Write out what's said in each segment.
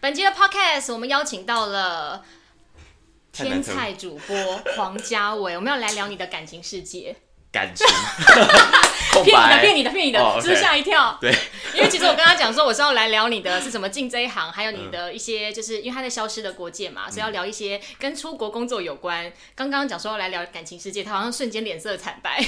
本期的 podcast 我们邀请到了太天难听才主 播黄家伟，我们要来聊你的感情世界。感情空骗你的，白，骗你的，骗你的，哦是不是 OK 吓一 跳？对，因为其实我跟他讲说我是要来聊你的是怎么进这一行，还有你的一些就是因为他在消失的国界嗯嘛，所以要聊一些跟出国工作有关。刚刚讲说要来聊感情世界，他好像瞬间脸色惨白，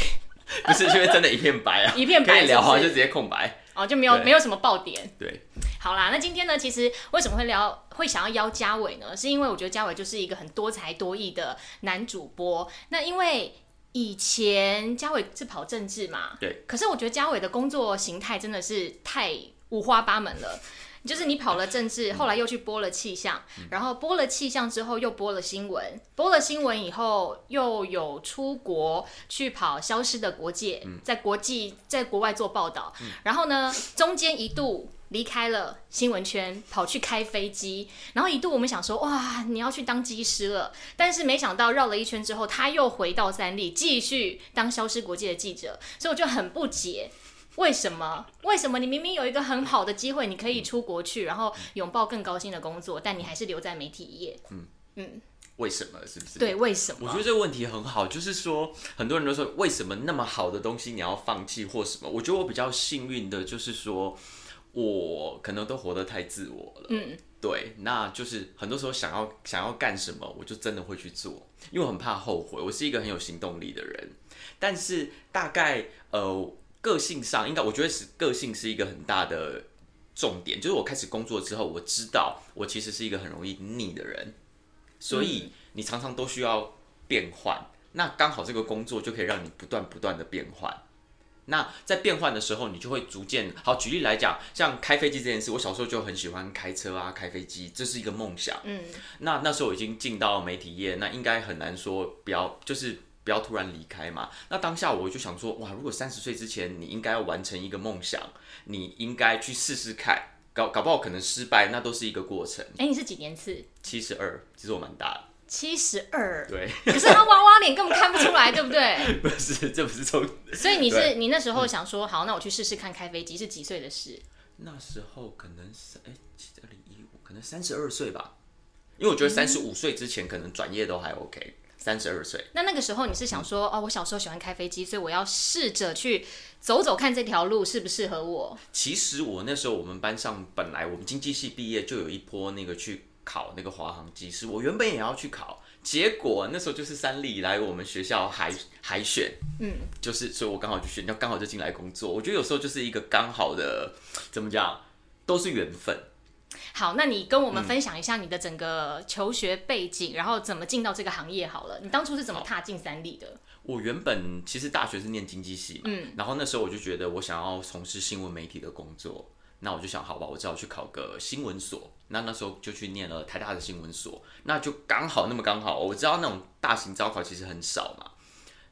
不是因为真的一片白啊， 一片白可以聊是啊，不就是直接空白。哦就没有对没有什么爆点。对，好啦，那今天呢，其实为什么会聊会想要邀嘉伟呢？是因为我觉得嘉伟就是一个很多才多艺的男主播。那因为以前嘉伟是跑政治嘛，对。可是我觉得嘉伟的工作形态真的是太五花八门了。就是你跑了政治，后来又去播了气象，然后播了气象之后又播了新闻，播了新闻以后又有出国去跑消失的国界，在国际在国外做报道，然后呢，中间一度离开了新闻圈，跑去开飞机，然后一度我们想说，哇，你要去当机师了，但是没想到绕了一圈之后，他又回到三立，继续当消失国际的记者，所以我就很不解。为什么？为什么你明明有一个很好的机会，你可以出国去，然后拥抱更高薪的工嗯作，但你还是留在媒体业？为什么？是不是？对，，为什我觉么？得这个问题很好，就是说很多人都说为什么那么好的东西你要放弃或什么？我觉得我比较幸运的就是说，我可能都活得太自我了。嗯，对，那就是很多时候想要想要干什么，我就真的会去做，因为我很怕后悔。我是一个很有行动力的人，但是大概呃个性上，应该我觉得是个性是一个很大的重点。就是我开始工作之后，我知道我其实是一个很容易腻的人，所嗯以你常常都需要变换。那刚好这个工作就可以让你不断不断的变换。那在变换的时候，你就会逐渐好。举例来讲，像开飞机这件事，我小时候就很喜欢开车啊，开飞机，这是一个梦想。嗯，那那时候已经进到媒体业，那应该很难说不要，就是不要突然离开嘛。那当下我就想说，哇，如果三十岁之前你应该要完成一个梦想，你应该去试试看，搞搞不好可能失败，那都是一个过程。哎，你是几年次？七十二，其实我蛮大的， 七十二。对，可是他娃娃脸根本看不出 来，对不对？不是，这不是从所以你是对你那时候想说，好，那我去试试看开飞机是几岁的事？那时候可能是哎，二零一五，可能三十二岁吧，因为我觉得三十五岁之前可能转业都还 OK，三十二岁。那那个时候你是想说，哦，我小时候喜欢开飞机，所以我要试着去走走看这条路适不适合我。其实我那时候我们班上本来我们经济系毕业就有一波那个去考那个华航机师，我原本也要去考，结果那时候就是三立来我们学校海海选，嗯，就是所以我刚好就选，刚好就进来工作。我觉得有时候就是一个刚好的怎么讲，都是缘分。好，那你跟我嗯们分享一下你的整个求学背景，然后怎么进到这个行业好了。你当初是怎么踏进三立的？我原本其实大学是念经济系嘛，然后那时候我就觉得我想要从事新闻媒体的工作，那我就想好吧，我只好去考个新闻所。那那时候就去念了台大的新闻所，那就刚好那么刚好，我知道那种大型招考其实很少嘛。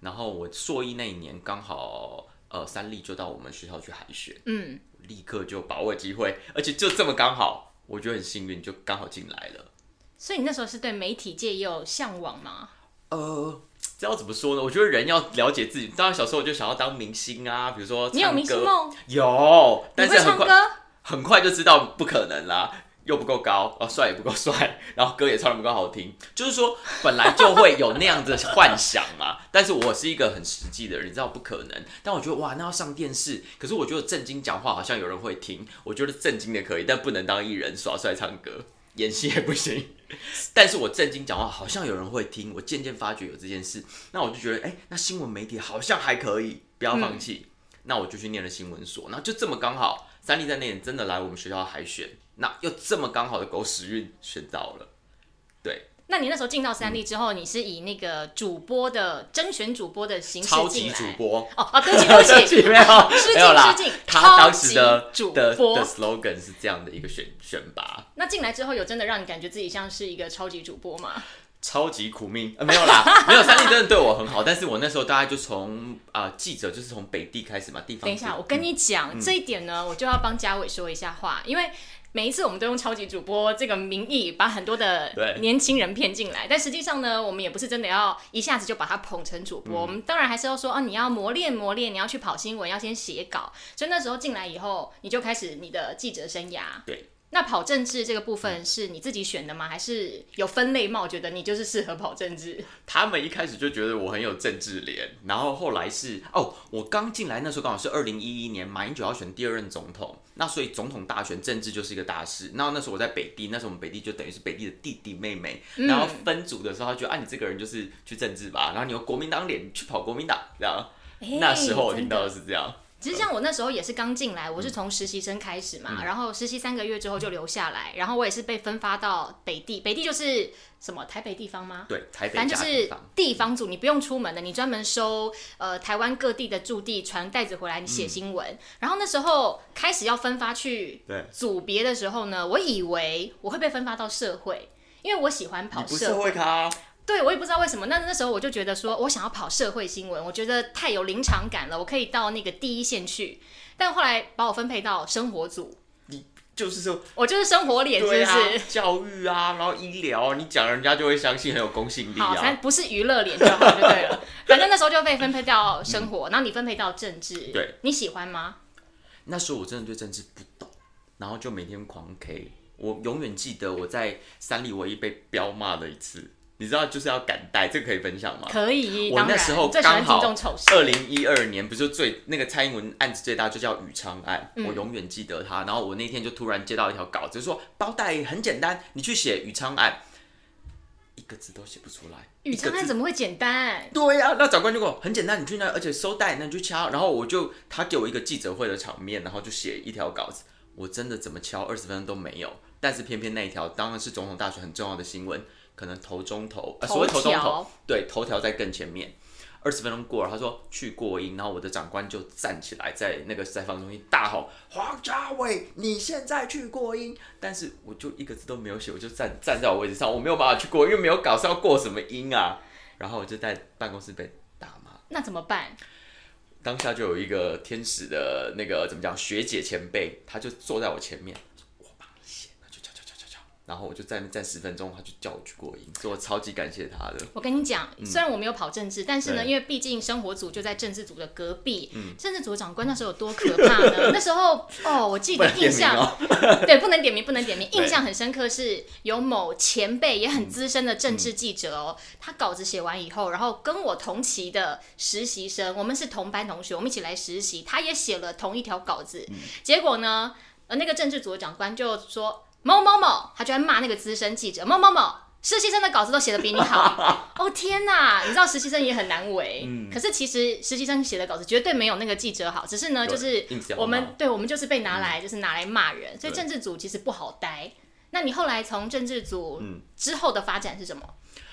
然后我硕一那一年刚好，呃，三立就到我们学校去海选，嗯，立刻就把握机会，而且就这么刚好，我觉得很幸运，就刚好进来了。所以你那时候是对媒体界也有向往吗？呃，这要怎么说呢？我觉得人要了解自己。当然，小时候我就想要当明星啊，比如说你有唱明星歌梦？有，你但会是很唱快歌？很快就知道不可能啦，又不够高，然后帅也不够帅， 然后歌也唱的不够好听，就是说本来就会有那样子的幻想嘛。但是我是一个很实际的人，你知道不可能。但我觉得哇，那要上电视，可是我觉得正经讲话好像有人会听，我觉得正经的可以，但不能当艺人耍帅唱歌。演戏也不行， 但是我正经讲话好像有人会听，我渐渐发觉有这件事，那我就觉得，哎、那新闻媒体好像还可以，不要放弃。那我就去念了新闻所，那就这么刚好，三立在那年真的来我们学校海选，那又这么刚好的狗屎运选到了，那你那时候进到三立之后，你是以那个主播的甄选主播的形式超级进来？主播，哦哦，对不起，对不 起， 没有失没有啦敬失敬，他当时的超级主的播的 slogan 是这样的一个选选拔，那进来之后，有真的让你感觉自己像是一个超级主播吗？超级苦命，呃、没有啦， 没有三立真的对我很好，但是我那时候大概就从啊、记者就是从北地开始嘛，地方等一下，记我跟你嗯讲、这一点呢，我就要帮嘉伟说一下话，因为每一次我们都用超级主播这个名义把很多的对年轻人骗进来，但实际上呢，我们也不是真的要一下子就把他捧成主嗯播，我们当然还是要说哦、你要磨练磨练，你要去跑新闻，要先写稿，所以那时候进来以后，你就开始你的记者生涯。对。嗯那跑政治这个部分是你自己选的吗？还是有分类吗？我觉得你就是适合跑政治。他们一开始就觉得我很有政治脸，然后后来是哦，我刚进来那时候刚好是二零一一年，马英九要选第二任总统，那所以总统大选政治就是一个大事。那那时候我在北地，那时候我们北地就等于是北地的弟弟妹妹，嗯然后分组的时候，他觉得啊你这个人就是去政治吧，然后你有国民党脸，你去跑国民党这样。那时候我听到哎的是这样，其实像我那时候也是刚进来，我是嗯从实习生开始嘛，然后实习三个月之后就留下来，然后我也是被分发到北地，北地就是什么台北地方吗？对，台北嗯反正就加地是方地方组，你不用出门的，你专门收呃台湾各地的驻地，传袋子回来，你嗯写新闻。然后那时候开始要分发去对组别的时候呢，我以为我会被分发到社会，因为我喜欢你跑不社社会咖，对，我也不知道为什么。那那时候我就觉得说，我想要跑社会新闻，我觉得太有临场感了，我可以到那个第一线去。但后来把我分配到生活组，就是说我就是生活脸，是不对是？啊，教育啊，然后医疗，你讲人家就会相信，很有公信力好，啊。反正不是娱乐脸就好，就对了。反正那时候就被分配到生活，然后你分配到政治，对，你喜欢吗？那时候我真的对政治不懂，然后就每天狂 K。我永远记得我在三里唯一被彪骂的一次，你知道就是要敢带，这个可以分享吗？可以，啊我当那然，时候最喜欢刚听好众丑事，二零一二年不是最那个蔡英文案子最大，就叫宇昌案，嗯我永远记得他。然后我那天就突然接到一条稿子，说包袋很简单，你去写宇昌案，一个字都写不出来。宇昌一个案字怎么会简单？对呀、那长官就跟我很简单，你去那，而且收袋，那你就敲。然后我就他给我一个记者会的场面，然后就写一条稿子，我真的怎么敲二十分钟都没有。但是偏偏那一条当然是总统大选很重要的新闻，可能头中头，呃、所谓头中头条，对，头条在更前面。二十分钟过了，他说去过音，然后我的长官就站起来，在那个采访中心大吼：“黄家伟，你现在去过音！”但是我就一个字都没有写，我就站站在我位置上，我没有办法去过音，因为没有稿是要过什么音啊。然后我就在办公室被打骂，那怎么办？当下就有一个天使的那个怎么讲学姐前辈，她就坐在我前面，我帮你写，她就敲敲敲敲敲，然后我就在那边站十分钟，她就叫我去过音，所以我超级感谢她的。我跟你讲，虽然我没有跑政治，但是呢，嗯对嗯因为毕竟生活组就在政治组的隔壁，政治组的长官那时候有多可怕 呢？那时候哦，我记不得能印点名象、哦，对，不能点名，不能点名。对印象很深刻是有某前辈也很资深的政治记者哦，他稿子写完以后，然后跟我同期的实习生，我们是同班同学，我们一起来实习，他也写了同一条稿子，嗯结果呢，呃，那个政治组的长官就说某某某，他居然骂那个资深记者某某某。实习生的稿子都写的比你 好，哦天哪！你知道实习生也很难为，嗯可是其实实习生写的稿子绝对没有那个记者好，只是呢，就是硬是要我们骂对，我们就是被拿来、就是拿来骂人，所以嗯对政治组其实不好待。那你后来从政治组嗯之后的发展是什么？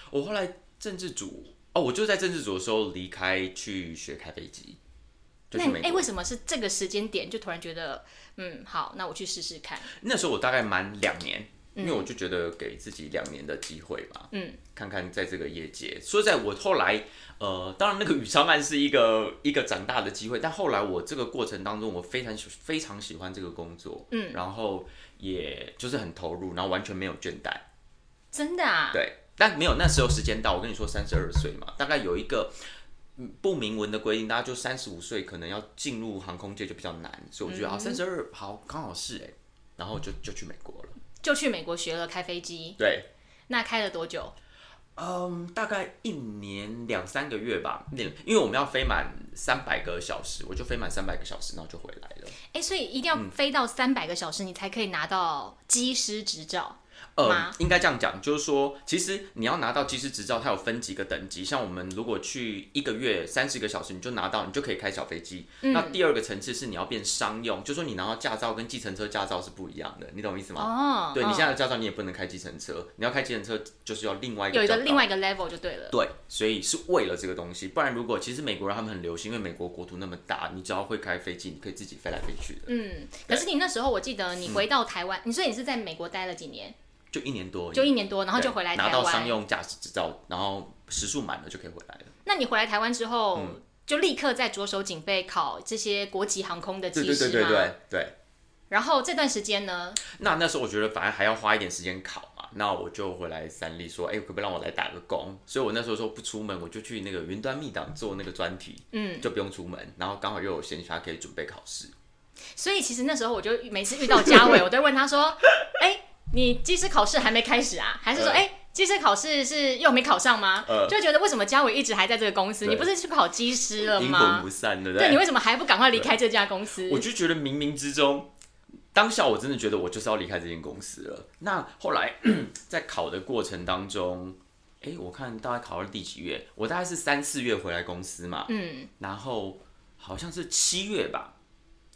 我后来政治组哦，我就在政治组的时候离开去学开飞机，就那去你美哎、国。为什么是这个时间点就突然觉得，嗯，好，那我去试试看？那时候我大概满两年，因为我就觉得给自己两年的机会吧，嗯，看看在这个业界。说实在我后来，呃，当然那个宇昌案是一个 一个长大的机会，但后来我这个过程当中，我非常喜非常喜欢这个工作，嗯，然后也就是很投入，然后完全没有倦怠，啊真的啊？对，但没有那时候时间到，我跟你说三十二岁嘛，大概有一个。嗯不明文的规定，大家就三十五岁可能要进入航空界就比较难，所以我觉嗯得啊，三十二好刚好是哎、然后就就去美国了。就去美国学了开飞机，对，那开了多久？嗯，大概一年两三个月吧，那因为我们要飞满三百个小时，我就飞满三百个小时，然后就回来了。哎、所以一定嗯要飞到三百个小时，你才可以拿到机师执照。呃吗，应该这样讲，就是说，其实你要拿到技师执照，它有分几个等级。像我们如果去一个月三十个小时，你就拿到，你就可以开小飞机。那第二个层次是你要变商用，就说你拿到驾照跟计程车驾照是不一样的，你懂我意思吗？哦，对你嗯现在的驾照，你也不能开计程车，你要开计程车就是要另外一个有一个驾照另外一个 level 就对了。对，所以是为了这个东西，不然如果其实美国人他们很流行，因为美国国土那么大，你只要会开飞机，你可以自己飞来飞去的，嗯，可是你那时候我记得你回到台湾，嗯你说你是在美国待了几年，就一年多而已，就一年多，然后就对回来拿台到湾。商用驾驶执照，然后时速满了就可以回来了。那你回来台湾之后，嗯就立刻在着手准备考这些国际航空的对技对师对吗？对对对。然后这段时间呢，那那时候我觉得反正还要花一点时间考嘛，那我就回来三立说，哎、可不可以让我来打个工？所以我那时候说不出门，我就去那个云端密档做那个专题，嗯，就不用出门，然后刚好又有闲暇可以准备考试。所以其实那时候我就每次遇到嘉 伟，我都会问他说：“哎、你技师考试还没开始啊？还是说，嗯哎、技师考试是又没考上吗？”嗯就会觉得为什么嘉伟一直还在这个公司？对你不是去考技师了阴魂吗不？散，对不对，你为什么还不赶快离开这家公司我？就觉得冥冥之中，当下我真的觉得我就是要离开这间公司了。那后来 在考的过程当中，哎、我看大概考到第几月？我大概是三四月回来公司嘛，嗯，然后好像是七月吧，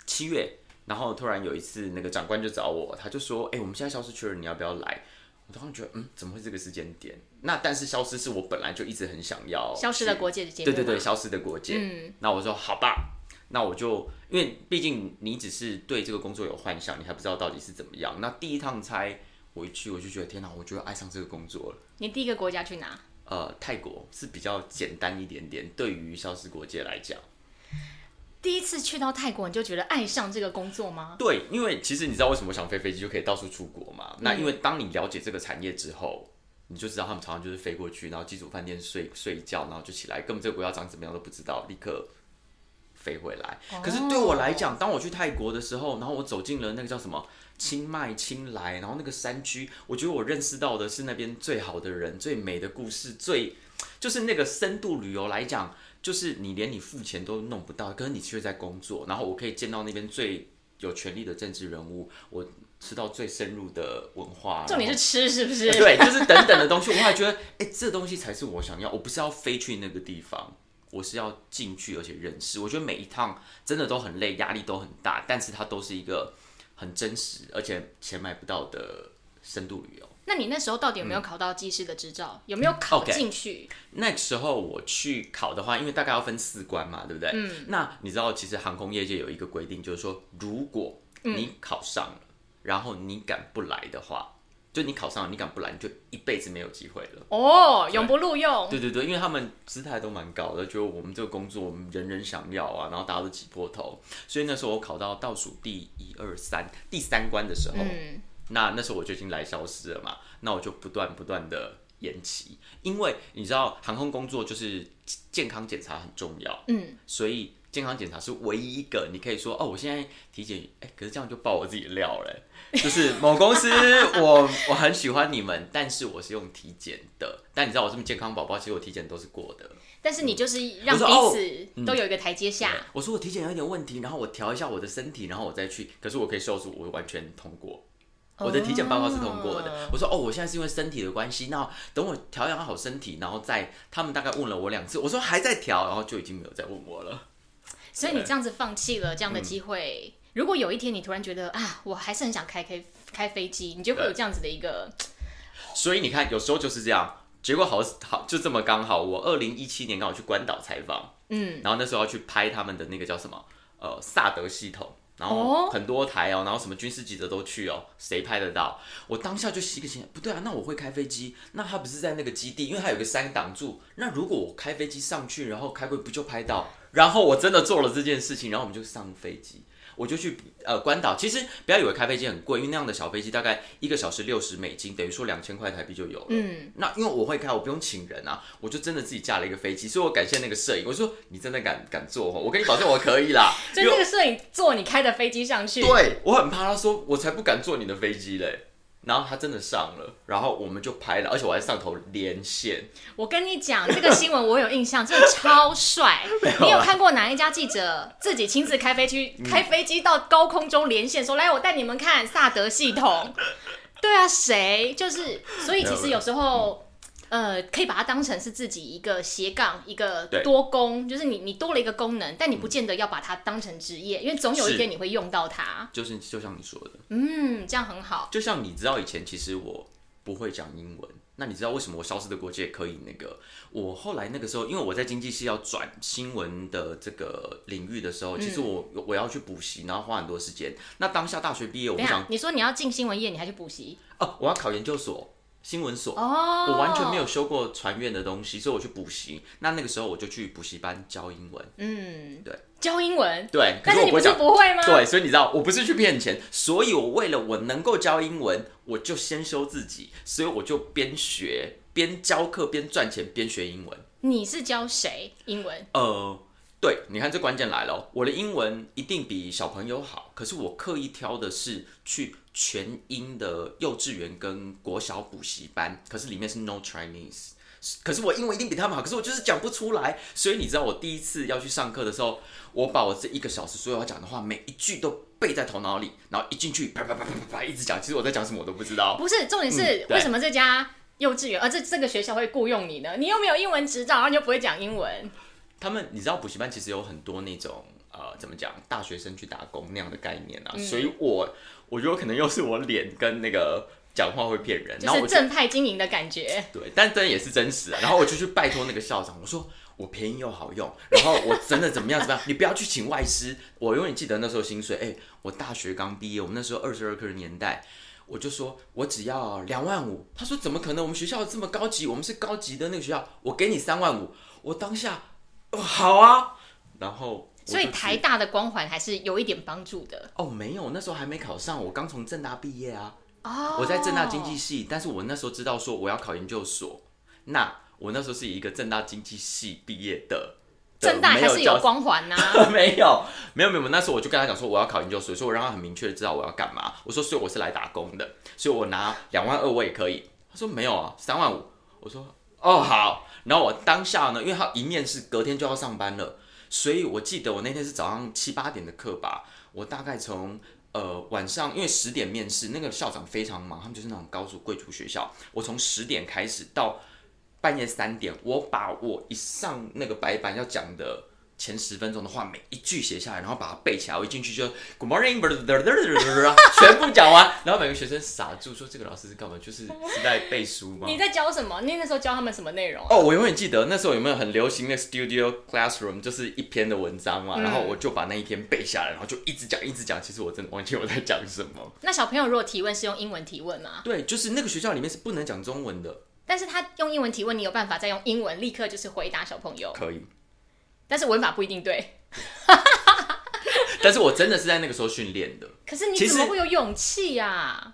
七月。然后突然有一次，那个长官就找我，他就说：“哎、我们现在消失缺人，你要不要来？”我当时觉得，嗯，怎么会这个时间点？那但是消失是我本来就一直很想要消失的去国界的节目，对对对，，消失的国界。嗯，那我说好吧，那我就因为毕竟你只是对这个工作有幻想，你还不知道到底是怎么样。那第一趟猜我一去，我就觉得天哪，我就爱上这个工作了。你第一个国家去哪？呃，泰国是比较简单一点点，对于消失国界来讲，第一次去到泰国，你就觉得爱上这个工作吗？对，因为其实你知道为什么我想飞飞机就可以到处出国嘛？那因为当你了解这个产业之后，你就知道他们常常就是飞过去，然后机组饭店睡睡一觉，然后就起来，根本这个国家长怎么样都不知道，立刻飞回来。可是对我来讲，当我去泰国的时候，然后我走进了那个叫什么清迈、清莱，然后那个山区，我觉得我认识到的是那边最好的人、最美的故事、最就是那个深度旅游来讲，就是你连你付钱都弄不到，可是你却在工作，然后我可以见到那边最有权力的政治人物，我吃到最深入的文化，重点是吃，是不是？然 后对，就是等等的东西，我还觉得，哎、这东西才是我想要，我不是要飞去那个地方。我是要进去，而且认识。我觉得每一趟真的都很累，压力都很大，但是它都是一个很真实，而且钱买不到的深度旅游。那你那时候到底有没有考到技师的执照？有没有考嗯 OK 进去？那时候我去考的话，因为大概要分四关嘛，对不对？嗯。那你知道，其实航空业界有一个规定，就是说，如果你考上了，然后你敢不来的话，就你考上了，你敢不来，你就一辈子没有机会了。哦，永不录用。对对对，因为他们姿态都蛮高的，觉得我们这个工作我们人人想要啊，然后大家都挤破头，所以那时候我考到倒数第一二三第三关的时候，嗯，那那时候我就已经来消失了嘛，那我就不断不断的延期，因为你知道航空工作就是健健康检查很重要，嗯，所以健康检查是唯一一个你可以说哦，我现在体检，哎、可是这样就爆我自己的料了，欸就是某公司我我很喜欢你们，但是我是用体检的，但你知道我这么健康宝宝，其实我体检都是过的，但是你就是让我说哦嗯彼此都有一个台阶下。对我说我体检有点问题，然后我调一下我的身体，然后我再去。可是我可以秀出我完全通过，我的体检报告是通过的。哦我说哦，我现在是因为身体的关系，那等我调养好身体，然后再他们大概问了我两次，我说还在调，然后就已经没有再问我了。所以你这样子放弃了这样的机会，如果有一天你突然觉得啊，我还是很想开开开飞机，你就会有这样子的一个所以你看，有时候就是这样。结果好好就这么刚好，我二零一七年刚好去关岛采访，嗯，然后那时候要去拍他们的那个叫什么呃萨德系统，然哦后很多台哦，然后什么军事记者都去哦，谁拍得到？我当下就洗个心，不对啊，那我会开飞机，那他不是在那个基地，因为他有个山挡住，那如果我开飞机上去，然后开会不就拍到？然后我真的做了这件事情，然后我们就上飞机。我就去呃关岛，其实不要以为开飞机很贵，因为那样的小飞机大概一个小时六十美金，等于说两千块台币就有了。嗯，那因为我会开，我不用请人啊，我就真的自己架了一个飞机，所以我感谢那个摄影，我说你真的敢敢做哦，我跟你保证我可以啦，所以那个摄影坐你开的飞机上去，对我很怕他说我才不敢坐你的飞机嘞，然后他真的上了，然后我们就拍了，而且我还上头连线，我跟你讲，这个新闻我有印象，真的超 帅。啊你有看过哪一家记者自己亲自开飞机，嗯开飞机到高空中连线，说：“来，我带你们看萨德系 统。”对啊，谁就是？所以其实有时候。呃，可以把它当成是自己一个斜杠，一个对多功，就是你你多了一个功能，但你不见得要把它当成职业，因为总有一是天你会用到它。就是就像你说的，嗯，这样很好。就像你知道以前其实我不会讲英文，那你知道为什么我消失的国界可以那个？我后来那个时候，因为我在经济系要转新闻的这个领域的时候，其实我我要去补习，然后花很多时间。那当下大学毕业，我等一不下想，你说你要进新闻业，你还去补习哦，我要考研究所新闻所。哦？我完全没有。修过船院的东西，所以我去补习。那那个时候我就去补习班教英文，嗯，对，教英文，对。可但是是我你不不会是讲不会吗？对，所以你知道，我不是去骗钱，所以我为了我能够教英文，我就先修自己，所以我就边学边教课边赚钱边学英文。你是教谁英文？呃，对，你看这关键来了哦，我的英文一定比小朋友好，可是我刻意挑的是去全英的幼稚园跟国小补习班，可是里面是 no Chinese，可是我英文一定比他们好，可是我就是讲不出来，所以你知道我第一次要去上课的时候，我把我这一个小时所有要讲的话，每一句都背在头脑里，然后一进去啪啪啪啪啪啪一直讲，其实我在讲什么我都不知道。不是，重点嗯是、对为什么这家幼稚园，呃，这这个学校会雇佣你呢？你又没有英文执照，然后你又不会讲英文，他们你知道补习班其实有很多那种呃怎么讲大学生去打工那样的概念啊，嗯所以我我觉得可能又是我脸跟那个讲话会骗人，就然后是我正派经营的感觉。对，但真的也是真实啊。然后我就去拜托那个校长，我说我便宜又好用， 然后我真的怎么样怎么样，你不要去请外师。我永远记得那时候薪水，哎、我大学刚毕业，我们那时候二十二科的年代。我就说，我只要两万五。他说怎么可能？我们学校这么高级，我们是高级的那个学校，我给你三万五。我当下，哦，好啊。然后我所以就去台大的光环还是有一点帮助的哦没有，那时候还没考上，我刚从正大毕业啊。哦我在正大经济呃系，但是我那时候知道说我要考研究所，那我那时候是以一个正大经济系毕业的，的正大没还是有教光环呐、 啊没有没有没有，那时候我就跟他讲说我要考研究所，所以我让他很明确的知道我要干嘛。我说所以我是来打工的，所以我拿两万二我也可以。他说没有啊，三万五。我说哦好，然后我当下呢，因为他一面试隔天就要上班了，所以我记得我那天是早上七八点的课吧，我大概从。呃，晚上因为十点面试，那个校长非常忙，他们就是那种高速贵族学校。我从十点开始到半夜三点，我把我一上那个白板要讲的前十分钟的话，每一句写下来，然后把它背起来。我一进去就 Good morning，全部讲完，然后每个学生傻住，说这个老师是干嘛？就是是在背书吗？你在教什么？你那时候教他们什么内容？哦，我永远记得那时候有没有很流行那个 Studio Classroom，就是一篇的文章嘛，然后我就把那一篇背下来，然后就一直讲一直讲。其实我真的忘记我在讲什么。那小朋友如果提问是用英文提问吗？ 对，就是那个学校里面是不能讲中文的，但是他用英文提问，你有办法再用英文立刻就是回答小朋友，可以。但是文法不一定对。但是我真的是在那个时候训练的。可是你其怎实么会有勇气啊呀、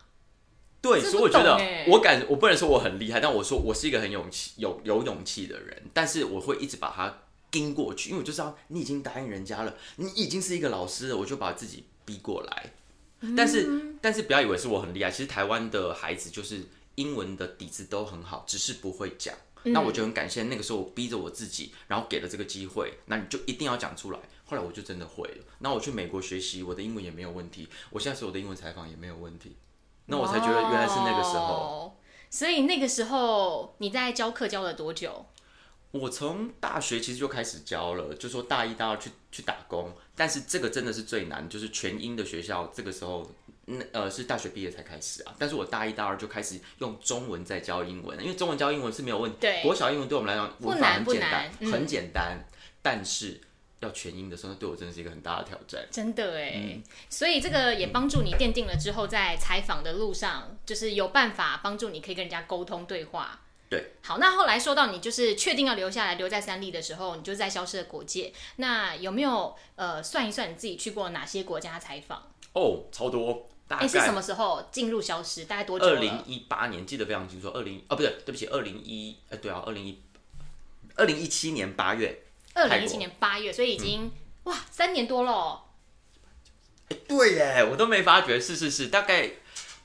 对，这所以不我觉懂得欸，我感我不能说我很厉害，但我说我是一个很勇气有有勇气的人，但是我会一直把它盯过去，因为我就知道你已经答应人家了，你已经是一个老师了，我就把自己逼过来。但是、但是不要以为是我很厉害，其实台湾的孩子就是英文的底子都很好，只是不会讲。那我就很感谢那个时候我逼着我自己，然后给了这个机会，那你就一定要讲出来。后来我就真的会了。那我去美国学习，我的英文也没有问题，我现在所有的英文采访也没有问题。那我才觉得原来是那个时候。哦。所以那个时候你在教课教了多久？我从大学其实就开始教了，就说大一、大二去去打工，但是这个真的是最难，就是全英的学校，这个时候，嗯呃是大学毕业才开始啊。但是我大一、大二就开始用中文在教英文，因为中文教英文是没有问题，对国小英文对我们来讲不文法难很不简单难，嗯很简单，但是要全英的时候，那对我真的是一个很大的挑战。真的哎、嗯所以这个也帮助你奠定了之后在采访的路上，就是有办法帮助你可以跟人家沟通对话。对，好，那后来说到你就是确定要留下来，留在三立的时候，你就在消失的国界。那有没有呃算一算你自己去过哪些国家采访？哦，超多，大哎、概是什么时候进入消失？大概多久二了？零一八年记得非常清楚，二零啊不对，对不起，二零一呃对啊，二零一二零一七年八月，二泰零一国嗯七年八月，所以已经、哇三年多了哦。哎对耶，我都没发觉，是是是，大概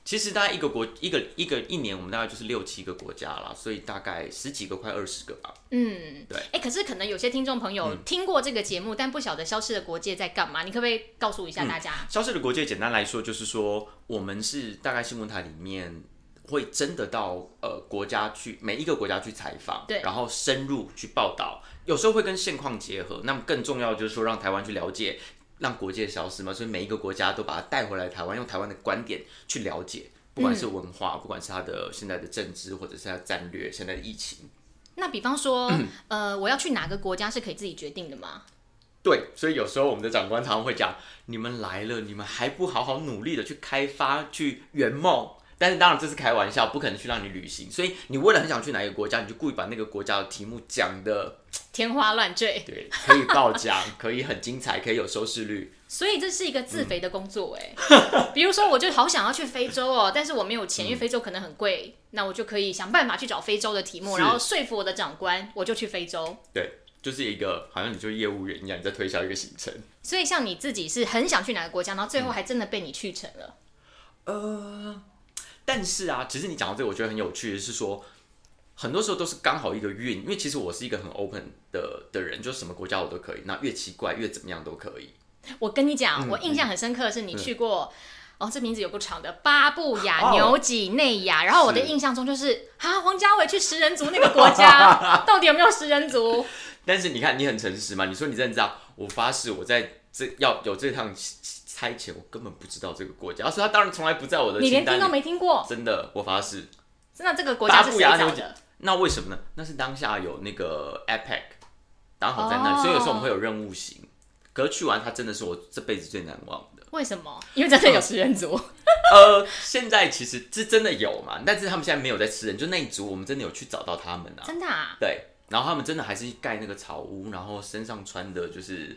其实大概一个国一个一个一年，我们大概就是六七个国家啦，所以大概十几个快二十个吧。嗯，对哎、可是可能有些听众朋友听过这个节目，但不晓得消失的国界在干嘛，你可不可以告诉一下大家？消失的国界，简单来说就是说，我们是大概新闻台里面会真的到呃国家去每一个国家去采访，对然后深入去报道，有时候会跟现况结合。那么更重要就是说，让台湾去了解，让国界消失嘛，所以每一个国家都把它带回来台湾，用台湾的观点去了解。不管是文化，不管是它的现在的政治，或者是它的战略，现在的疫情，那比方说，呃，我要去哪个国家是可以自己决定的吗？ 对，所以有时候我们的长官常常会讲：“你们来了，你们还不好好努力的去开发、去圆梦。”但是当然这是开玩笑，不可能去让你旅行。所以你为了很想去哪一个国家，你就故意把那个国家的题目讲的，天花乱坠，对，可以爆奖，可以很精彩，可以有收视率。所以这是一个自肥的工作哎、比如说，我就好想要去非洲哦，但是我没有钱，因为非洲可能很贵，那我就可以想办法去找非洲的题目，是然后说服我的长官，我就去非洲。对，就是一个好像你就业务员一样，你在推销一个行程。所以像你自己是很想去哪个国家，然后最后还真的被你去成了。呃，但是啊，其实你讲到这个，我觉得很有趣的是说，很多时候都是刚好一个运，因为其实我是一个很 open 的的人，就是什么国家我都可以，那越奇怪越怎么样都可以。我跟你嗯讲，我印象很深刻的是你去过。哦，这名字有够长的，巴布哦亚、纽几内亚。然后我的印象中就是啊，黄家伟去食人族那个国 家，到底有没有食人族？但是你看，你很诚实嘛，你说你认真啊，我发誓我在这要有这趟差遣，我根本不知道这个国家，所以他当然从来不在我的你连清听单都里。没听过，真的，我发誓。那这个国家是谁巴找布亚纽的？那为什么呢？那是当下有那个 APEC 刚好在那里哦所以有时候我们会有任务型。可是去完，它真的是我这辈子最难忘的。为什么？因为真的有食人族。呃，现在其实这真的有嘛，但是他们现在没有在吃人，就那一组我们真的有去找到他们啊。真的啊？对，然后他们真的还是盖那个草屋，然后身上穿的就是，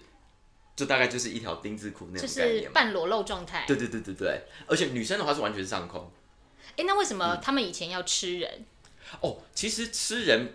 就大概就是一条丁字裤那就种概是念嘛。半裸露状态。对对对对对，而且女生的话是完全上空。哎，那为什嗯么他们以前要吃人？哦，其实吃人，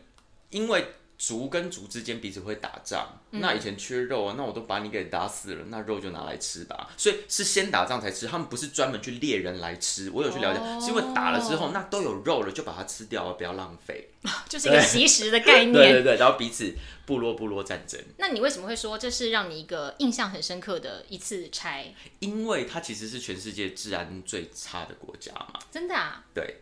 因为族跟族之间彼此会打仗，嗯那以前缺肉啊，那我都把你给打死了，那肉就拿来吃吧。所以是先打仗才吃，他们不是专门去猎人来吃。我有去了解，哦是因为打了之后，那都有肉了，就把它吃掉啊，不要浪费。就是一个习食的概对对念。对，然后彼此部落部落战争，那你为什么会说这是让你一个印象很深刻的一次差？因为它其实是全世界治安最差的国家嘛。真的啊？对，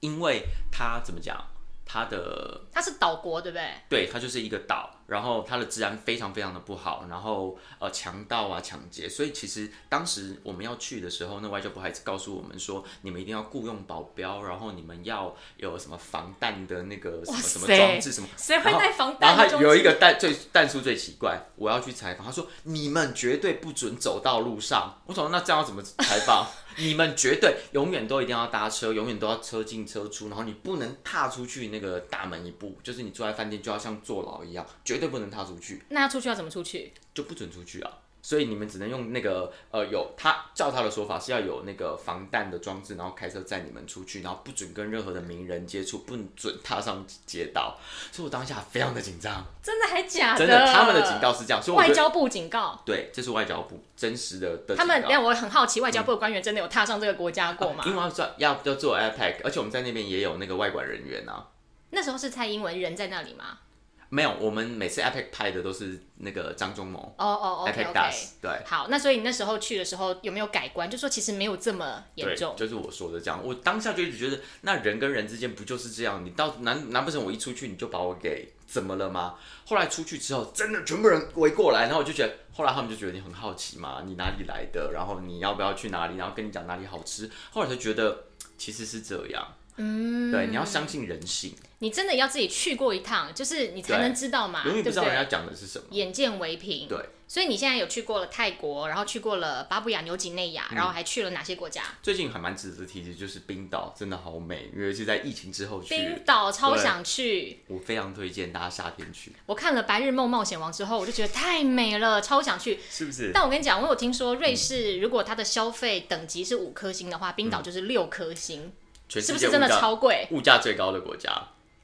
因为它怎么讲，它的它是岛国，对不对？对，它就是一个岛，然后它的治安非常非常的不好，然后呃强盗啊抢劫，所以其实当时我们要去的时候，那外交部还告诉我们说，你们一定要雇佣保镖，然后你们要有什么防弹的那个什哇么什么塞装置什么。谁然会后带防弹然后的他东西？有一个弹最弹叔最奇怪，我要去采访，他说你们绝对不准走到路上。我想说那这样要怎么采访？你们绝对永远都一定要搭车，永远都要车进车出，然后你不能踏出去那个大门一步，就是你住在饭店就要像坐牢一样，绝对不能踏出去，那要出去要怎么出去？就不准出去啊。所以你们只能用那个呃，有他照他的说法是要有那个防弹的装置，然后开车载你们出去，然后不准跟任何的名人接触，不准踏上街道。所以我当下非常的紧张。真的还假真的，他们的警，告是这样，所以啊我外觉得交部警告。对，这是外交部真实的的警告嗯他们让我很好奇，外交部的官员真的有踏上这个国家过吗？因为要做要要做 APEC，而且我们在那边也有那个外管人员啊。那时候是蔡英文人在那里吗？没有，我们每次 APEC 拍的都是那个张忠谋哦哦，OK ，APEC OK。 Das，对好，那所以你那时候去的时候有没有改观？就说其实没有这么严对，重。就是我说的这样。我当下就一直觉得，那人跟人之间不就是这样？你到难难不成我一出去你就把我给怎么了吗？后来出去之后，真的全部人围过来，然后我就觉得，后来他们就觉得你很好奇嘛，你哪里来的？然后你要不要去哪里？然后跟你讲哪里好吃。后来才觉得其实是这样，嗯，对，你要相信人性，你真的要自己去过一趟，就是你才对能知道嘛，永对远不知道人啊对？家讲的是什么。眼见为凭。对。所以你现在有去过了泰国，然后去过了巴布亚纽几内嗯亚，然后还去了哪些国家？最近还蛮值得提及，就是冰岛真的好美，尤其是在疫情之后去，冰岛超对想去。我非常推荐大家夏天去，我看了《白日梦冒险王》之后，我就觉得太美了，超想去。是不是？但我跟你讲，我有听说瑞士如果它的消费等级是五颗星的话，冰岛就是六颗星，全是嗯世不界是物真的价超贵？物价最高的国家。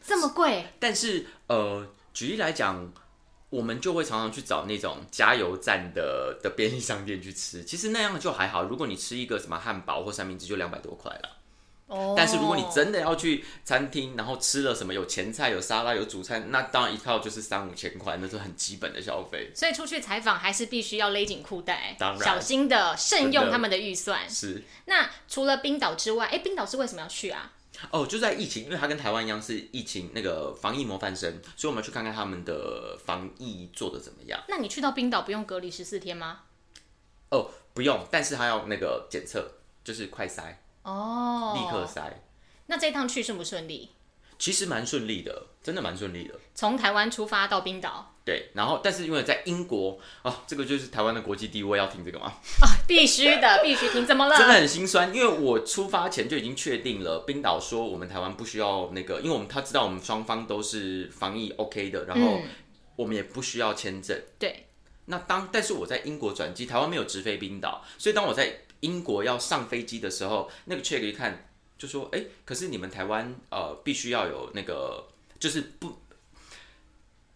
这么贵？但是呃，举例来讲，我们就会常常去找那种加油站的的便利商店去吃。其实那样就还好，如果你吃一个什么汉堡或三明治，就两百多块了。哦但是如果你真的要去餐厅，然后吃了什么有前菜、有沙拉、有主餐，那当然一套就是三五千块，那是很基本的消费。所以出去采访还是必须要勒紧裤带，当然小心的慎真用的他们的预算。是那除了冰岛之外，哎、冰岛是为什么要去啊？哦，就在疫情，因为它跟台湾一样是疫情那个防疫模范生，所以我们去看看他们的防疫做的怎么样。那你去到冰岛不用隔离十四天吗？哦，不用，但是还要那个检测，就是快筛，哦，立刻筛。那这一趟去顺不顺利？其实蛮顺利的，真的蛮顺利的。从台湾出发到冰岛对，然后但是因为在英国哦，这个就是台湾的国际地位，要听这个吗？啊，必须的，必须听。怎么了？真的很心酸，因为我出发前就已经确定了，冰岛说我们台湾不需要那个，因为我们他知道我们双方都是防疫 OK 的，然后嗯我们也不需要签证。对，那当但是我在英国转机，台湾没有直飞冰岛，所以当我在英国要上飞机的时候，那个 check 一看就说，哎、可是你们台湾呃必须要有那个就是不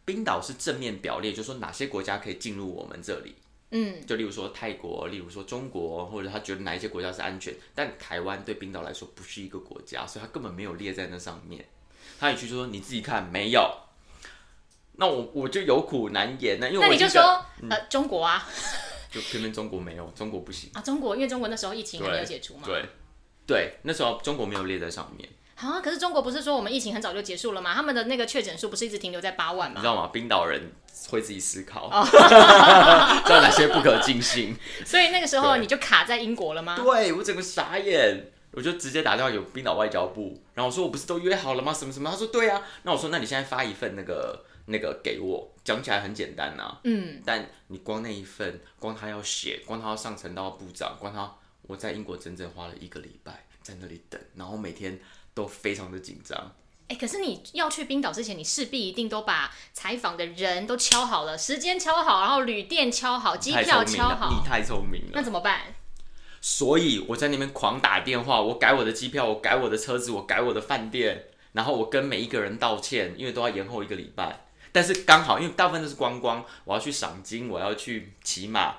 冰岛是正面表列，就说哪些国家可以进入我们这里，嗯，就例如说泰国，例如说中国，或者他觉得哪一些国家是安全，但台湾对冰岛来说不是一个国家，所以他根本没有列在那上面。他也去就说你自己看没有，那我我就有苦难言呢，因为我那你已经就讲嗯说呃中国啊就偏偏中国没有，中国不行，啊中国，因为中国那时候疫情还没有解除嘛，对对，那时候中国没有列在上面，啊，可是中国不是说我们疫情很早就结束了吗？他们的那个确诊数不是一直停留在八万你吗知？道吗？冰岛人会自己思考， 知道哪些不可进行。所以那个时候对你就卡在英国了吗？对我整个傻眼，我就直接打电话给冰岛外交部，然后我说我不是都约好了吗？什么什么？他说对啊。那我说那你现在发一份那个那个给我，讲起来很简单呐、嗯，但你光那一份，光他要写，光他要上呈到部长，光他我在英国整整花了一个礼拜在那里等，然后每天都非常的紧张。哎、可是你要去冰岛之前，你势必一定都把采访的人都敲好了，时间敲好，然后旅店敲好，机太票聪明敲了，好你，太聪明了那。怎么办？所以我在那边狂打电话，我改我的机票，我改我的车子，我改我的饭店，然后我跟每一个人道歉，因为都要延后一个礼拜。但是刚好，因为大部分都是观光，我要去赏金，我要去骑马，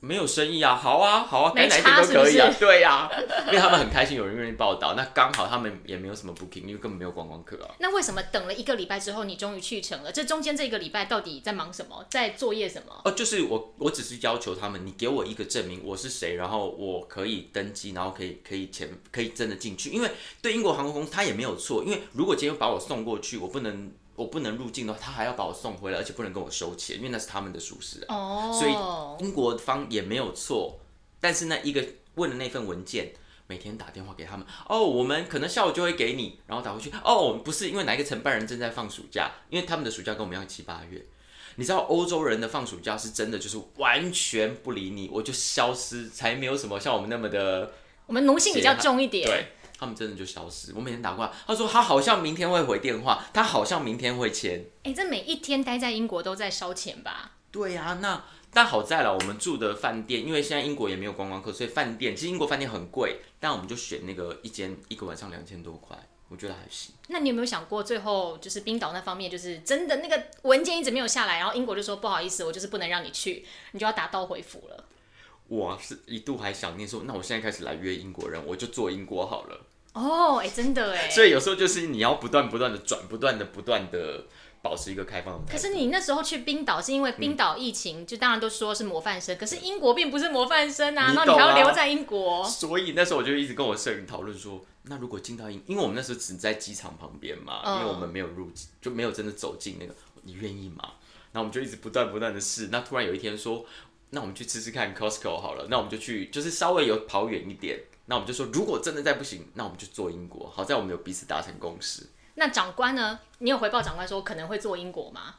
没有生意啊，好啊，好啊，该没哪一差天都可以啊，是不对啊，因为他们很开心有人愿意报道，那刚好他们也没有什么 booking，因为根本没有观光客啊。那为什么等了一个礼拜之后，你终于去成了？这中间这一个礼拜到底在忙什么，在作业什么？哦，就是我，我只是要求他们，你给我一个证明我是谁，然后我可以登机，然后可以可以前可以真的进去。因为对英国航空公司他也没有错，因为如果今天把我送过去，我不能我不能入境的话，他还要把我送回来，而且不能跟我收钱，因为那是他们的疏失啊。哦，所以英国方也没有错，但是那一个问的那份文件。每天打电话给他们哦，我们可能下午就会给你，然后打回去哦，我们不是因为哪一个承办人正在放暑假，因为他们的暑假跟我们一样七八月，你知道欧洲人的放暑假是真的就是完全不理你，我就消失，才没有什么像我们那么的，我们奴性比较重一点，对他们真的就消失。我每天打过来，他说他好像明天会回电话，他好像明天会签。哎、这每一天待在英国都在烧钱吧？对呀、那但好在了，我们住的饭店，因为现在英国也没有观光客，所以饭店其实英国饭店很贵，但我们就选那个一间一个晚上两千多块，我觉得还行。那你有没有想过，最后就是冰岛那方面，就是真的那个文件一直没有下来，然后英国就说不好意思，我就是不能让你去，你就要打道回府了。我是一度还想念说，那我现在开始来约英国人，我就做英国好了。哦，哎、真的哎。所以有时候就是你要不断不断的转，不断的不断的保持一个开放的态可度。是你那时候去冰岛是因嗯为冰岛疫情，就当然都说是模范生，可是英国并不是模范生啊，你然懂后啊你还要留在英国，所以那时候我就一直跟我摄影讨论说，那如果进到英，因为我们那时候只在机场旁边嘛，嗯因为我们没有入，就没有真的走进那个，你愿意吗？那我们就一直不断不断的试。那突然有一天说，那我们去吃吃看 Costco 好了，那我们就去，就是稍微有跑远一点。那我们就说，如果真的再不行，那我们就做英国。好在我们有彼此达成共识。那长官呢？你有回报长官说可能会做英国吗？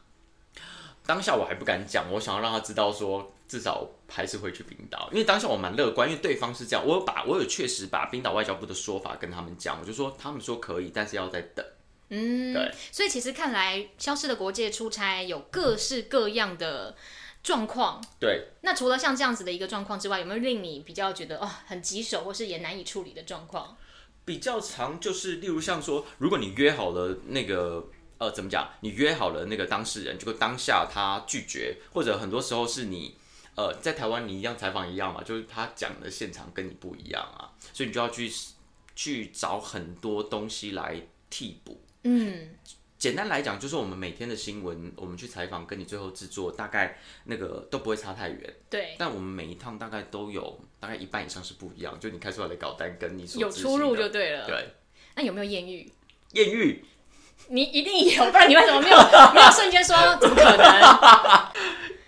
当下我还不敢讲，我想要让他知道说，至少还是会去冰岛，因为当下我蛮乐观，因为对方是这样，我有把我有确实把冰岛外交部的说法跟他们讲，我就说他们说可以，但是要再等。嗯，对。所以其实看来，消失的国界出差有各式各样的状况。对，那除了像这样子的一个状况之外，有没有令你比较觉得哦很棘手，或是也难以处理的状况？比较长就是例如像说，如果你约好了那个。呃，怎么讲？你约好了那个当事人，结果当下他拒绝，或者很多时候是你，呃，在台湾你一样采访一样嘛，就是他讲的现场跟你不一样啊，所以你就要去去找很多东西来替补。嗯，简单来讲，就是我们每天的新闻，我们去采访，跟你最后制作，大概那个都不会差太远。对，但我们每一趟大概都有大概一半以上是不一样，就你开出来的稿单跟你所有执出行入的就对了。对。那有没有艳遇？艳遇你一定有，不然你为什么没有没有瞬间说怎么可能？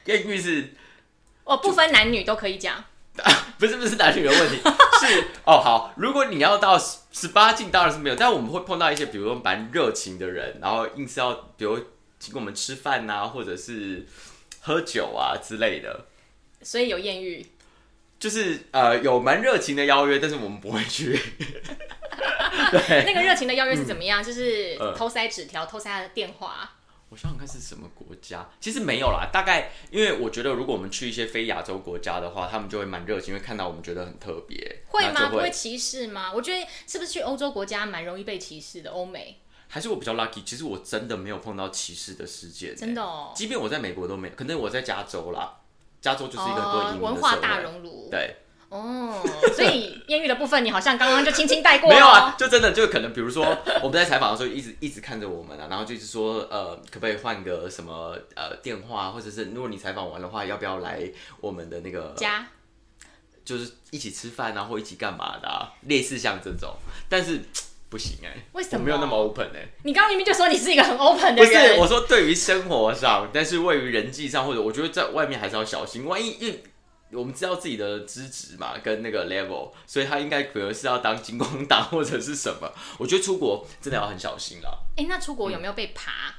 艳遇是我不分男女都可以讲。不是不是男女的 问题？是哦好，如果你要到十八禁当然是没有，但我们会碰到一些比如说蛮热情的人，然后硬是要比如请我们吃饭呐、或者是喝酒啊之类的。所以有艳遇，就是呃有蛮热情的邀约，但是我们不会去。 那个热情的邀约是怎么样？就是呃偷塞纸条、偷塞他的电话。我想想看是什么国家，其实没有啦，大概因为我觉得如果我们去一些非亚洲国家的话，他们就会蛮热情，因为看到我们觉得很特别，会那吗？就不会会歧视吗？我觉得是不是去欧洲国家蛮容易被歧视的？欧美还是我比较 lucky，其实我真的没有碰到歧视的事件、真的，哦，即便我在美国都没有，可能我在加州啦，加州就是一个多移哦，民的文社化会大熔炉，对，哦，所以艳遇的部分你好像刚刚就轻轻带过了，没有啊，就真的就可能，比如说我们在采访的时候，一直一直看着我们啊，然后就一直说，呃，可不可以换个什么呃电话，或者是如果你采访完的话，要不要来我们的那个，加就是一起吃饭啊，或一起干嘛的、啊，类似像这种，但是不行哎、为什么我没有那么 open 哎、你刚刚明明就说你是一个很 open 的不是人，我说对于生活上，但是位于人际上，或者我觉得在外面还是要小心，万一因为我们知道自己的资质嘛，跟那个 level，所以他应该可能是要当金光党或者是什么。我觉得出国真的要很小心啦。哎、那出国有没有被爬？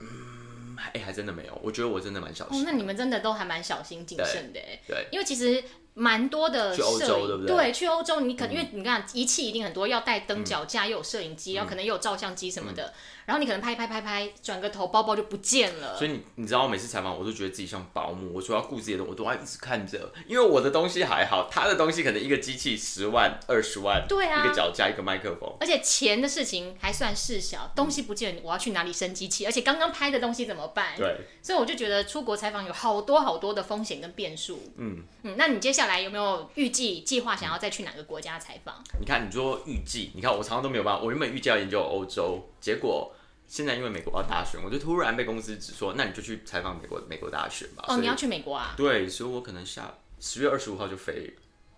嗯哎、还真的没有，我觉得我真的蛮小哦，心。那你们真的都还蛮小心谨慎的哎，对，因为其实蛮多的去欧洲摄影对不对嗯去欧洲你可能、因为你看仪器一定很多，要带灯脚架，又有摄影嗯机，然后可能又有照相机什么的，然后你可能拍一拍拍拍，转个头包包就不见了。所以你你知道，每次采访我都觉得自己像保姆，我说要顾自己的东西，我都要一直看着，因为我的东西还好，他的东西可能一个机器十万、二十万，对啊一个脚架，一个麦克风。而且钱的事情还算事小，东西不见，我要去哪里升机器？而且刚刚拍的东西怎么办？对，所以我就觉得出国采访有好多好多的风险跟变数。嗯嗯，那你接下来有没有预计计划想要再去哪个国家采访？你看，你说预计，你看我常常都没有办法。我原本预计要研究欧洲，结果现在因为美国要大选，我就突然被公司指说，那你就去采访美国美国大选吧。哦，所以你要去美国啊？对，所以我可能下十月二十五号就飞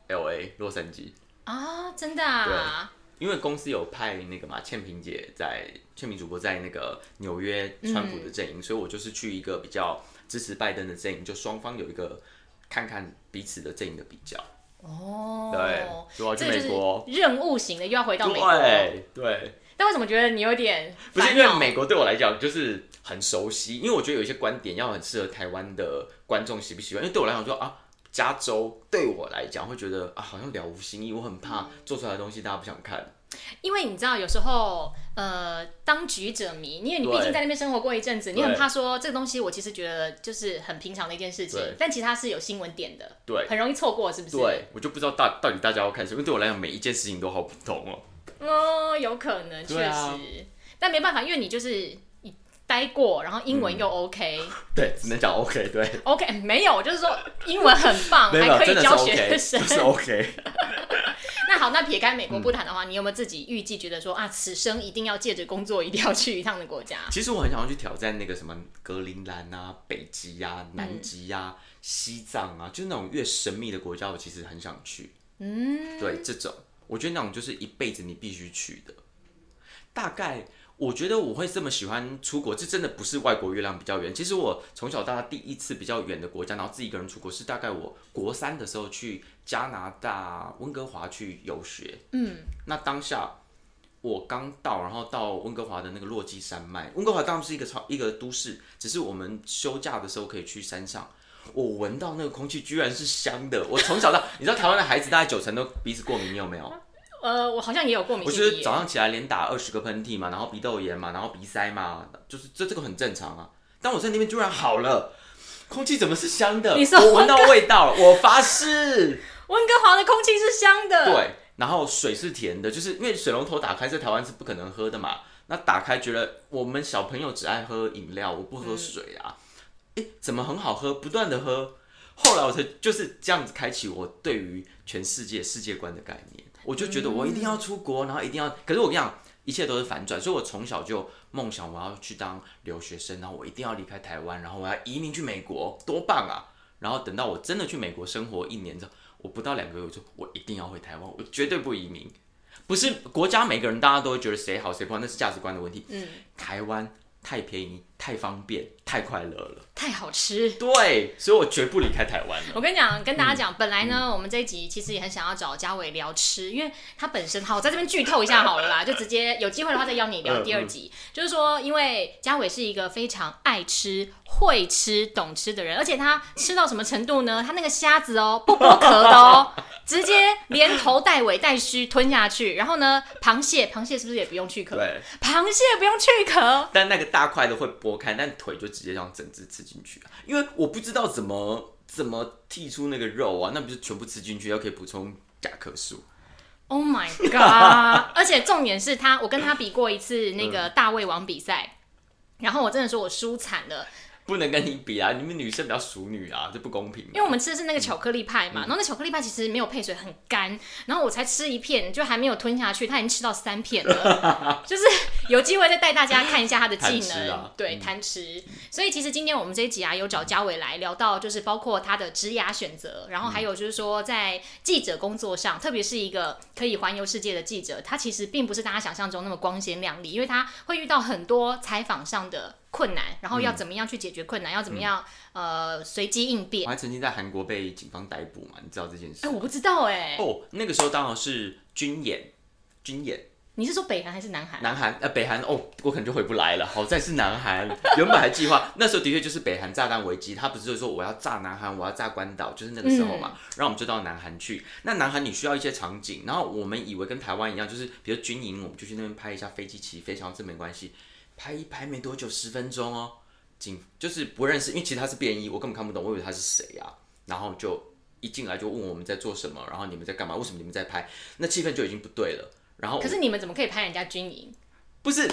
L A 洛杉矶，啊，真的啊？因为公司有派那个嘛倩萍姐在倩萍主播在那个纽约嗯川普的阵营，所以我就是去一个比较支持拜登的阵营，就双方有一个看看彼此的阵营的比较。哦，对，所以我要去这个美国。就是任务型的，又要回到美国。对对。但为什么觉得你有点不是烦因为恼美国对我来讲就是很熟悉，因为我觉得有一些观点要很适合台湾的观众喜不喜欢。因为对我来讲说啊，加州对我来讲会觉得啊好像了无新意，我很怕做出来的东西大家不想看。因为你知道，有时候呃，当局者迷，因为你对毕竟在那边生活过一阵子，你对很怕说这个东西，我其实觉得就是很平常的一件事情对，但其实它是有新闻点的，对很容易错过，是不是？，对，我就不知道大到底大家要看什么，因为对我来讲每一件事情都好普通哦。哦，有可能，确对实，啊但没办法，因为你就是你待过，然后英文又嗯 OK，OK、对，只能讲 OK，对， OK，没有，就是说英文很棒， 没有没还有可真以教学的是 OK， 生。就是 OK。那好，那撇开美国不谈的话，你有没有自己预计觉得嗯说啊，此生一定要借着工作一定要去一趟的国家？其实我很想要去挑战那个什么格陵兰啊、北极呀、南极呀、西藏啊，就是那种越神秘的国家，我其实很想去。嗯，对，这种我觉得那种就是一辈子你必须去的。大概我觉得我会这么喜欢出国，这真的不是外国月亮比较圆。其实我从小到大第一次比较远的国家，然后自己一个人出国，是大概我国三的时候去加拿大温哥华去游学。嗯，那当下我刚到，然后到温哥华的那个落基山脉。温哥华当然是一个超一个都市，只是我们休假的时候可以去山上。我闻到那个空气居然是香的。我从小到你知道台湾的孩子大概九成都鼻子过敏，你有没有？呃，我好像也有过敏我性就鼻是炎早上起来连打二十个喷嚏嘛，然后鼻窦炎嘛，然后鼻塞嘛，就是这这个很正常啊。但我在那边居然好了，空气怎么是香的？你是我闻到味道，我发誓。温哥华的空气是香的，，对，然后水是甜的，就是因为水龙头打开在台湾是不可能喝的嘛。那打开觉得我们小朋友只爱喝饮料，我不喝水啊。诶，怎么很好喝？不断的喝。后来我才就是这样子开启我对于全世界世界观的概念。我就觉得我一定要出国，然后一定要。可是我跟你讲，一切都是反转，所以我从小就梦想我要去当留学生，然后我一定要离开台湾，然后我要移民去美国，多棒啊！然后等到我真的去美国生活一年之后，我不到两个月，我就我一定要回台湾，我绝对不移民。不是国家每个人大家都会觉得谁好谁不好，那是价值观的问题。嗯，台湾太便宜、太方便、太快乐了，太好吃。对，所以我绝不离开台湾了。我跟你讲，跟大家嗯讲，本来呢，我们这一集其实也很想要找嘉伟聊吃，因为他本身好，我在这边剧透一下好了 啦，就直接有机会的话再邀你聊嗯第二集。就是说，因为嘉伟是一个非常爱吃、会吃、懂吃的人，而且他吃到什么程度呢？他那个虾子哦，不剥壳的 哦，直接连头带尾带须吞下去。然后呢，螃蟹，螃蟹是不是也不用去壳？对，螃蟹不用去壳，但那个大块的会拨开，但腿就直接这样整只吃进去，啊因为我不知道怎么怎么剔出那个肉啊，那不是全部吃进去，要可以补充甲壳素。 Oh my god！而 且重点是他，我跟他比过一次那个大胃王比赛，然后我真的说我输惨了，不能跟你比啊，你们女生比较淑女啊，这不公平。因为我们吃的是那个巧克力派嗯嘛，然后那巧克力派其实没有配水，很干，然后我才吃一片，就还没有吞下去，他已经吃到三片 了，就是有机会再带大家看一下他的技贪吃能，啊对，贪吃。所以其实今天我们这一集啊，有找嘉伟来聊到，就是包括他的职涯选择，然嗯后还有就是说在记者工作上，特别是一个可以环游世界的记者，他其实并不是大家想象中那么光鲜亮丽，因为他会遇到很多采访上的。困难，然嗯后要怎么样去解决困难？要怎么样、呃随机应变我？还曾经在韩国被警方逮捕嘛，你知道这件事哎、？我不知道哎、哦，那个时候刚好是军演，军演，你是说北韩还是南韩？南韩呃北韩哦，我可能就回不来了。好在是南韩， 原本还计划那时候的确就是北韩炸弹危机，他不是就说我要炸南韩，我要炸关岛，就是那个时候嘛。然后我们就到南韩去。那南韩你需要一些场景，然后我们以为跟台湾一样，就是比如军营，我们就去那边拍一下飞机起飞，想要这没关系。拍一拍没多久，十分钟哦，警就是不认识，因为其实他是便衣，我根本看不懂，我以为他是谁啊。然后就一进来就问我们在做什么，然后你们在干嘛，为什么你们在拍？那气氛就已经不对了。然后我可是你们怎么可以拍人家军营？不是，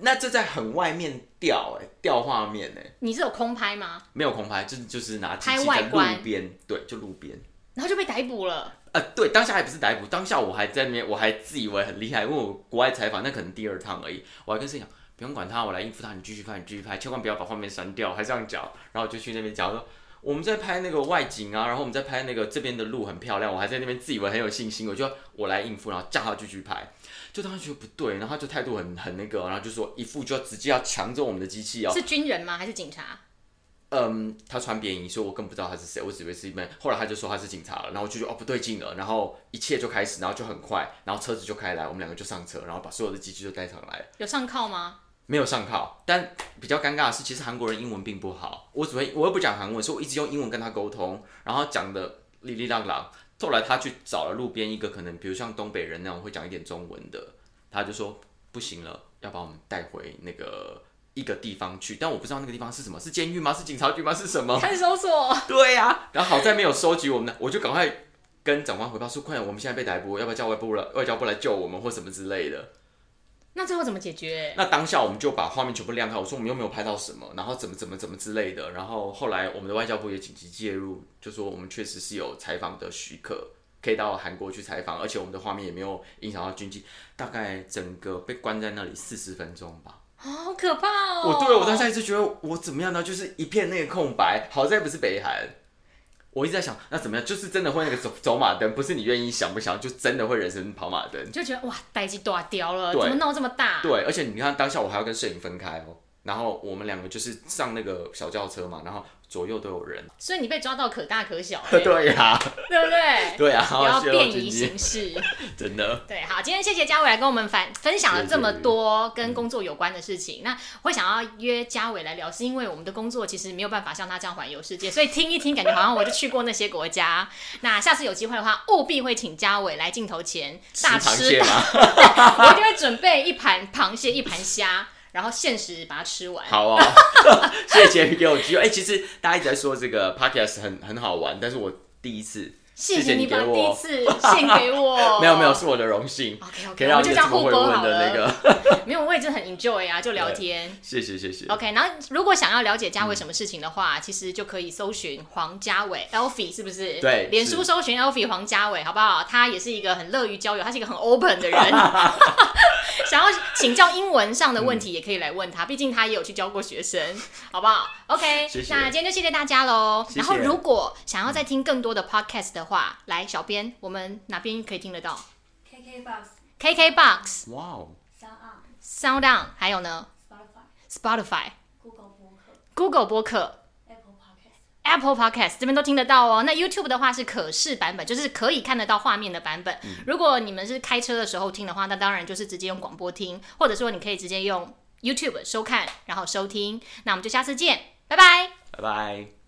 那这在很外面调哎、欸，调画面哎、欸，你是有空拍吗？没有空拍，就是就是拿机拍器外在路观边，对，就路边。然后就被逮捕了。啊，对，当下还不是逮捕，当下我还在那边，我还自以为很厉害，因为我国外采访那可能第二趟而已，我还跟摄影讲不用管他，我来应付他，你继续拍，你继续拍，千万不要把画面删掉，还这样讲，然后我就去那边讲说。我们在拍那个外景啊，然后我们在拍那个这边的路很漂亮，我还在那边自以为很有信心，我就我来应付，然后叫他继续拍，就当时觉得不对，然后他就态度很很那个，然后就说一副就要直接要抢走我们的机器哦，是军人吗？还是警察？嗯，他穿便衣，所以我更不知道他是谁，我只以为是一名。后来他就说他是警察了，然后我就觉得哦不对劲了，然后一切就开始，然后就很快，然后车子就开来，我们两个就上车，然后把所有的机器就带上来，有上铐吗？没有上铐。但比较尴尬的是，其实韩国人英文并不好，我只会我又不讲韩文，所以我一直用英文跟他沟通，然后讲的哩哩浪浪。后来他去找了路边一个可能，比如像东北人那种会讲一点中文的，他就说不行了，要把我们带回那个。一个地方去，但我不知道那个地方是什么，是监狱吗？是警察局吗？是什么？看守所。哦 对啊呀、然后好在没有收集我们的，我就赶快跟长官回报说，快点，我们现在被逮捕，要不要叫外部了外交部来救我们或什么之类的。那最后怎么解决？那当下我们就把画面全部亮开，我说我们又没有拍到什么，然后怎么怎么怎么之类的。然后后来我们的外交部也紧急介入，就说我们确实是有采访的许可，可以到韩国去采访，而且我们的画面也没有影响到军纪。大概整个被关在那里四十分钟哦吧。好可怕哦！我对我当下一直觉得我怎么样呢？就是一片那个空白。好在不是北韩，我一直在想那怎么样，就是真的会那个走走马灯，不是你愿意想不想，就真的会人生跑马灯。就觉得哇，逮鸡断掉了，对怎么闹这么大？对，而且你看当下我还要跟摄影分开哦，然后我们两个就是上那个小轿车嘛，然后左右都有人。所以你被抓到可大可 小、欸， 对对呀、不对？对呀、不然要后便于行事。真的。对，好，今天谢谢嘉伟来跟我们反分享了这么嗯多跟工作有关的事情。那会想要约嘉伟来聊，是因为我们的工作其实没有办法像他这样环游世界，所以听一听，感觉好像我就去过那些国家。那下次有机会的话，务必会请嘉伟来镜头前大螃吃蟹大，吗？ 我一定会准备一盘螃蟹，一盘虾，然后限时把它吃完。好哦， 谢谢杰宇给我机会。哎、其实大家一直在说这个 podcast 很很好玩，但是我第一次，谢谢你你给把我，第一次献给我 没有没有，。是我的荣幸， OK 可以 OK，我让们就这一个这样么互会播问好的了。那个。没有，我也真的很 enjoy 啊，就聊对嗯天。谢谢谢谢。 OK，然后如果想要了解嘉伟什么事情的话，其实就可以搜寻黄嘉伟 Elfi 是不是？对脸书是搜寻 Elfi 黄嘉伟，好不好？他也是一个很乐于交友，他是一个很 open 的人。 想要请教英文上的问嗯题，也可以来问他，毕竟他也有去教过学生，好不好？OK，谢谢那今天就谢谢大家喽。谢谢然后如果想要再听更多的 podcast 的话，来小编，我们哪边可以听得到 KKBOX、 ？KKBox、哇哦， s o n Sound On，还有呢 Spotify、 Spotify、 Google 播客、 Google 播客。 Apple Podcast。 Apple Podcast 这边都听得到哦。那 YouTube 的话是可视版本，就是可以看得到画面的版本。如果你们是开车的时候听的话，那当然就是直接用广播听，或者说你可以直接用 YouTube 收看，然后收听。那我们就下次见，拜拜。拜拜。